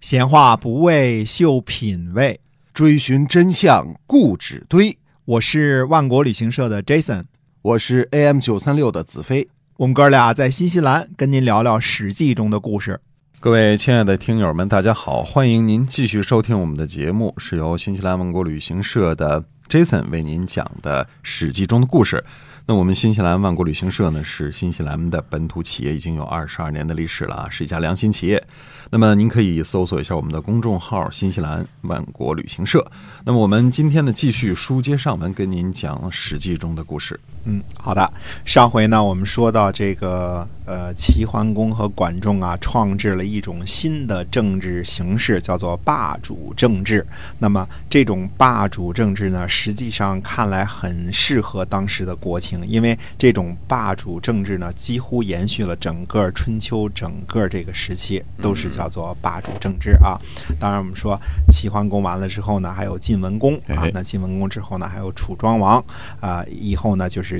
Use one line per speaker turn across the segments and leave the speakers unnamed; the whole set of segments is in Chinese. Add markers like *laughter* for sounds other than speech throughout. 闲话不为秀品味，
追寻真相故纸堆。
我是万国旅行社的 Jason，
我是 AM 九三六的子飞。
我们哥俩在新西兰跟您聊聊《史记》中的故事。
各位亲爱的听友们，大家好，欢迎您继续收听我们的节目，是由新西兰万国旅行社的 Jason 为您讲的《史记》中的故事。那我们新西兰万国旅行社呢，是新西兰的本土企业，已经有二十二年的历史了啊，是一家良心企业。那么您可以搜索一下我们的公众号“新西兰万国旅行社”。那么我们今天呢，继续书接上文，跟您讲《史记》中的故事。
嗯，好的。上回呢，我们说到这个呃，齐桓公和管仲啊，创制了一种新的政治形式，叫做霸主政治。那么这种霸主政治呢，实际上看来很适合当时的国情，因为这种霸主政治呢，几乎延续了整个春秋整个这个时期，都是叫做霸主政治啊。当然，我们说齐桓公完了之后呢，还有晋文公啊
哎，
那晋文公之后呢，还有楚庄王。啊、以后呢就是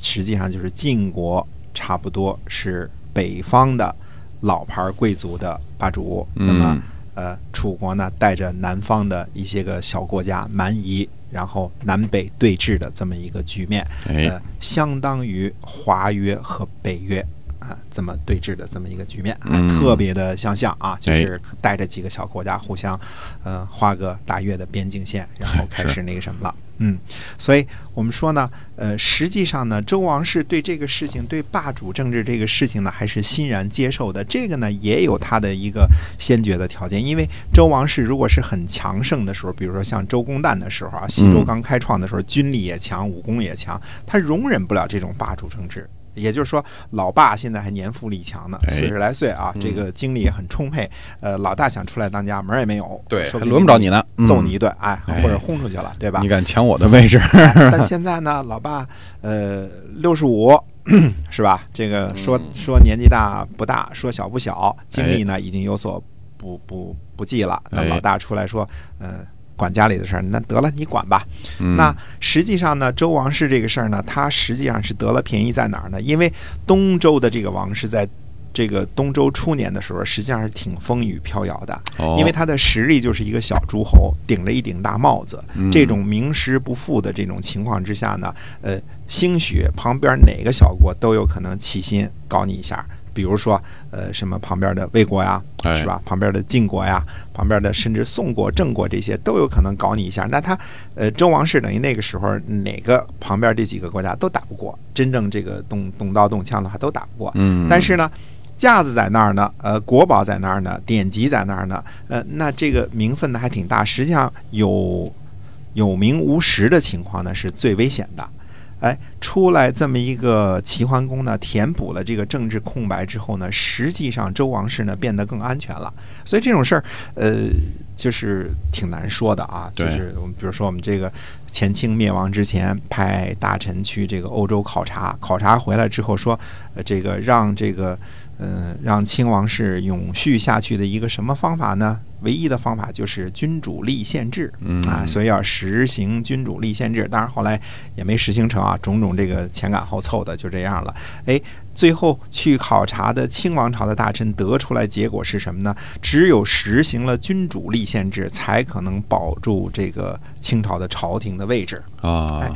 实际上就是晋国差不多是北方的老牌贵族的霸主，那么呃楚国呢带着南方的一些个小国家蛮夷，然后南北对峙的这么一个局面，
哎，
呃，相当于华约和北约。啊，这么对峙的这么一个局面，啊
嗯，
特别的相像啊，就
哎
是带着几个小国家互相，呃，画个大约的边境线，然后开
*laughs* 是
始那个什么了。嗯，所以我们说呢，呃，实际上呢，周王室对这个事情，对霸主政治这个事情呢，还是欣然接受的。这个呢，也有他的一个先决的条件，因为周王室如果是很强盛的时候，比如说像周公旦的时候啊，西
嗯
周刚开创的时候，军力也强，武功也强，他容忍不了这种霸主政治。也就是说，老爸现在还年富力强呢，
哎
四十来岁啊，这个精力也很充沛。呃，老大想出来当家，门儿也没有，
对，还
说
轮不着你呢，嗯
揍你一顿，哎，
哎
或者轰出去了，对吧
你？敢抢我的位置？
但现在呢，老爸呃六十五是吧？这
嗯
个说说年纪大不大，说小不小，精力呢已经有所不不不济了。那
哎
老大出来说，呃，管家里的事儿，那得了，你管吧。
嗯
那实际上呢，周王室这个事儿呢，他实际上是得了便宜在哪儿呢？因为东周的这个王室在。这个东周初年的时候，实际上是挺风雨飘摇的，
哦
*laughs* 因为他的实力就是一个小诸侯，顶着一顶大帽子。这种名实不符的这种情况之下呢，呃，兴许旁边哪个小国都有可能起心搞你一下。比如说，呃，什么旁边的魏国呀，
哎
是吧？旁边的晋国呀，旁边的甚至宋国、郑国这些都有可能搞你一下。那他，呃，周王室等于那个时候哪个旁边这几个国家都打不过，真正这个动动刀动枪的话都打不过。
嗯，
但是呢，架子在那儿呢，呃，国宝在那儿呢，典籍在那儿呢，呃，那这个名分呢还挺大。实际上有有名无实的情况呢是最危险的。哎，出来这么一个齐桓公呢，填补了这个政治空白之后呢，实际上周王室呢变得更安全了。所以这种事儿，呃，就是挺难说的啊。就
对
是我们比如说我们这个前清灭亡之前，派大臣去这个欧洲考察，考察回来之后说，呃，这个让这个嗯，让清王室永续下去的一个什么方法呢？唯一的方法就是君主立宪制，
嗯
啊，所以要实行君主立宪制。当然后来也没实行成啊，种种这个前赶后凑的就这样了。哎，最后去考察的清王朝的大臣得出来结果是什么呢？只有实行了君主立宪制，才可能保住这个清朝的朝廷的位置。
啊
哎，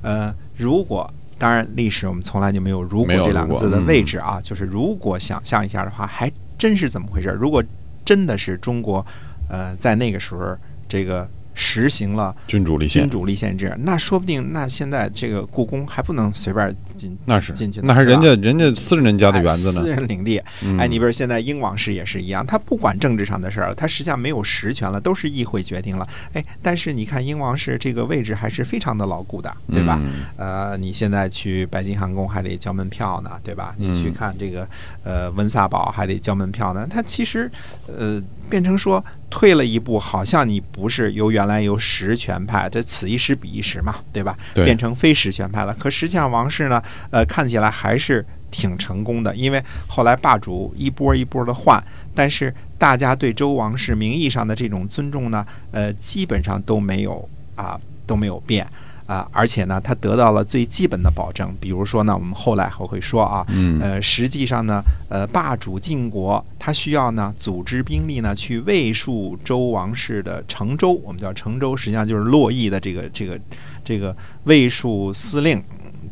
呃，如果当然历史我们从来就没有“如果
没”有
这两
如
个
果
字的
嗯
位置啊，就是如果想象一下的话，还真是怎么回事儿？如果真的是中国，呃，在那个时候这个实行了
君主立
君
宪，
主立宪制，那说不定那现在这个故宫还不能随便进
那是
进去呢，
那还
对
人
吧
家人家私人家的
哎
园子
私
呢。嗯
人领地。哎，你比如现在英王室也是一样，他不管政治上的事儿了，他实际上没有实权了，都是议会决定了。哎，但是你看英王室这个位置还是非常的牢固的，对吧？
嗯
呃，你现在去白金汉宫还得交门票呢，对吧？你去
嗯
看这个呃温萨堡还得交门票呢。它其实呃变成说退了一步，好像你不是由原来由实权派，这此一时彼一时嘛，对吧？
对
变成非实权派了。可实际上王室呢，呃，看起来还是挺成功的，因为后来霸主一波一波的换，但是大家对周王室名义上的这种尊重呢，呃，基本上都没有啊都没有变。啊、啊、而且呢，它得到了最基本的保证。比如说呢，我们后来还会说啊，
嗯
呃，实际上呢，呃，霸主晋国他需要呢组织兵力呢去卫戍周王室的成州，我们叫成州，实际上就是洛邑的这个这个这个卫戍司令，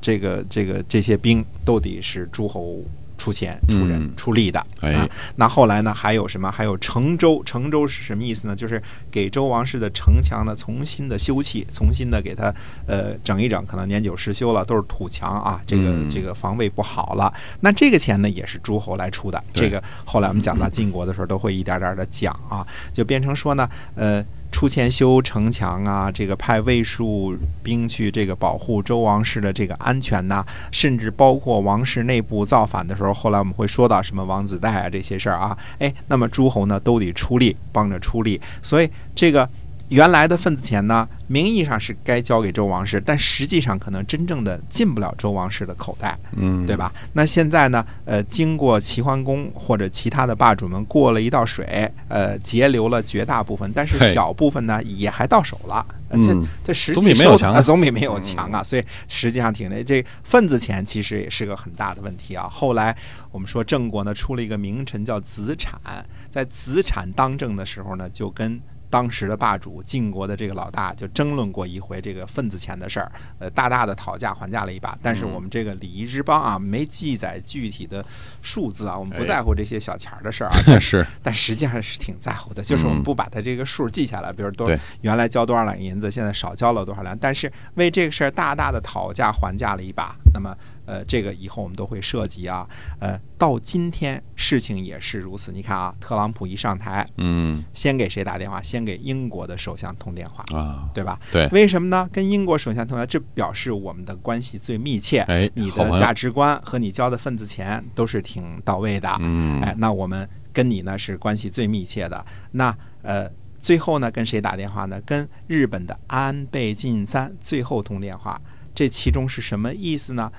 这个这个这些兵都得是诸侯出钱出人、
嗯
出力的。
哎
啊，那后来呢还有什么？还有成州，成州是什么意思呢？就是给周王室的城墙呢重新的修葺，重新的给它呃整一整，可能年久失修了，都是土墙啊，这个、
嗯
这个防卫不好了。那这个钱呢也是诸侯来出的，
对
这个后来我们讲到晋国的时候都会一点点的讲啊，就变成说呢，呃。出钱修城墙啊，这个派卫戍兵去这个保护周王室的这个安全呐、甚至包括王室内部造反的时候，后来我们会说到什么王子带啊这些事儿啊，哎，那么诸侯呢都得出力帮着出力，所以这个原来的份子钱呢，名义上是该交给周王室，但实际上可能真正的进不了周王室的口袋。
嗯，
对？吧？那现在呢？呃，经过齐桓公或者其他的霸主们过了一道水，呃，截留了绝大部分，但是
嘿
小部分呢也还到手了。呃这
嗯
这实际
总比没有
收
强啊
啊，总比没有强啊。所以实际上挺那这份子钱其实也是个很大的问题啊。后来我们说郑国呢出了一个名臣叫子产，在子产当政的时候呢，就跟当时的霸主晋国的这个老大就争论过一回这个份子钱的事儿，呃，大大的讨价还价了一把。但
嗯
是我们这个礼仪之邦啊，没记载具体的数字啊，我们不
哎
在乎这些小钱儿的
*laughs*
事儿啊，
是，
但实际上是挺在乎的，就是我们不把它这个数记下来，比如多
嗯对
原来交多少两银子，现在少交了多少两，但是为这个事儿大大的讨价还价了一把。那么，呃，这个以后我们都会涉及啊。呃，到今天事情也是如此。你看啊，特朗普一上台，
嗯
先给谁打电话？先给英国的首相通电话，
啊，
对吧？
对，
为什么呢？跟英国首相通电话，这表示我们的关系最密切，
哎，
你
好朋
的
友
价值观和你交的份子钱都是挺到位的。
嗯，
哎，那我们跟你呢是关系最密切的。那呃，最后呢跟谁打电话呢？跟日本的安倍晋三最后通电话。这其中是什么意思呢？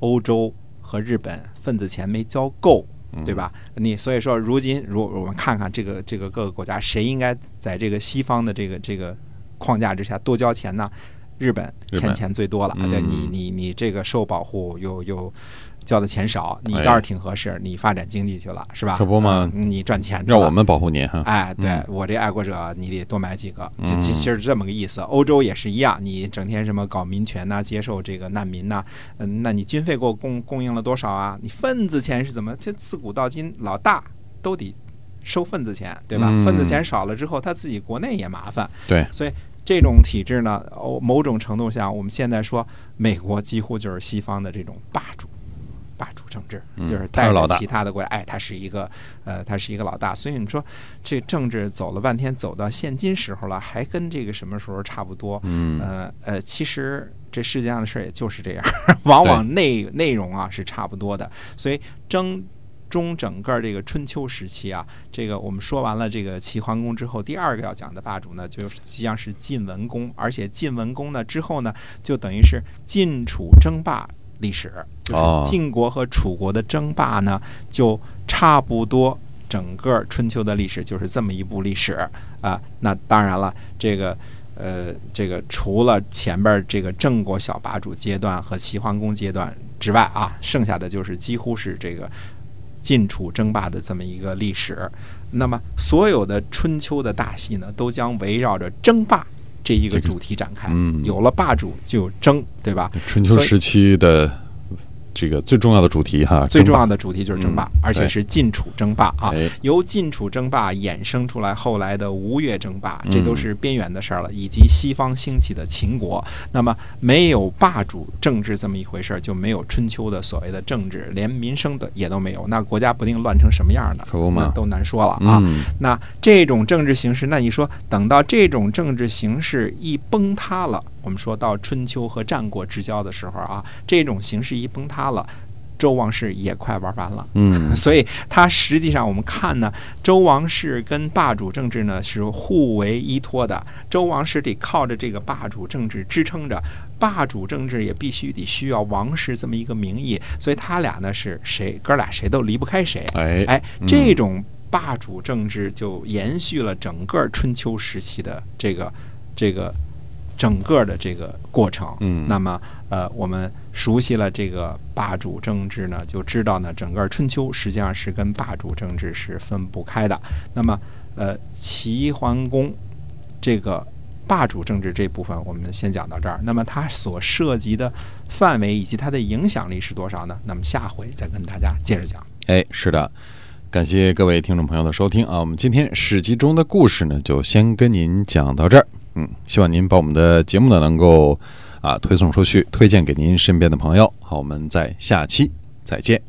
欧洲和日本份子钱没交够，
嗯
对吧？你所以说，如今如我们看看这个这个各个国家，谁应该在这个西方的这个这个框架之下多交钱呢？日本
日本
欠钱最多了，对你
嗯
你你这个受保护又又交的钱少，你
哎
倒是挺合适，你发展经济去了是吧？
可不嘛
嗯你赚钱去
让
了
我。们保护您哈。
哎，对
嗯
我这爱国者，你得多买几个，就
嗯
其实是这么个意思。欧洲也是一样，你整天什么搞民权呐、接受这个难民呐、嗯，那你军费给我供供应了多少啊？你份子钱是怎么？这自古到今，老大都得收份子钱，对吧？
嗯
份子钱少了之后，他自己国内也麻烦，
对，
所以这种体制呢，哦，某种程度上，我们现在说美国几乎就是西方的这种霸主。霸主政治
嗯
就是
他是
带
老
着
大
其他的国家，哎，他是一个，呃，他是一个老大，所以你说这政治走了半天，走到现今时候了，还跟这个什么时候差不多？
嗯，
呃呃，其实这世界上的事儿也就是这样， *laughs* 往往内内容啊是差不多的，所以争。中整个这个春秋时期啊，这个我们说完了这个齐桓公之后，第二个要讲的霸主呢，就是即将是晋文公，而且晋文公呢之后呢，就等于是晋楚争霸历史，就
哦
是晋国和楚国的争霸呢，就差不多整个春秋的历史就是这么一部历史啊、那当然了，这个呃，这个除了前边儿这个郑国小霸主阶段和齐桓公阶段之外啊，剩下的就是几乎是这个晋楚争霸的这么一个历史。那么，所有的春秋的大戏呢，都将围绕着争霸这一个主题展开。
嗯
有了霸主就有争，对吧？
春秋
所以
时期的这个最重要的主题哈，
最重
要
要的主题就是争霸，
嗯
而且
对
是晋楚争霸啊。
哎，
由晋楚争霸衍生出来后来的吴越争霸，这都
嗯
是边缘的事儿了，以及西方兴起的秦国。那么没有霸主政治这么一回事儿，就没有春秋的所谓的政治，连民生的也都没有，那国家不定乱成什么样儿呢？
可不
那
嘛，
都难说了啊。
嗯，
那这种政治形势，那你说等到这种政治形势一崩塌了，我们说到春秋和战国之交的时候啊，这种形势一崩塌了，周王室也快玩完了。
嗯，
所以它实际上我们看呢，周王室跟霸主政治呢是互为依托的，周王室得靠着这个霸主政治支撑着。霸主政治也必须得需要王室这么一个名义，所以他俩呢是谁哥俩谁都离不开谁。
哎，
哎
嗯，
这种霸主政治就延续了整个春秋时期的这个这个整个的这个过程。
嗯
那么呃，我们熟悉了这个霸主政治呢，就知道呢，整个春秋实际上是跟霸主政治是分不开的。那么呃，齐桓公这个霸主政治这部分，我们先讲到这儿。那么它所涉及的范围以及它的影响力是多少呢？那么下回再跟大家接着讲。
哎，是的，感谢各位听众朋友的收听啊！我们今天史记中的故事呢，就先跟您讲到这儿。嗯，希望您把我们的节目呢能够啊推送出去，推荐给您身边的朋友。好，我们在下期再见。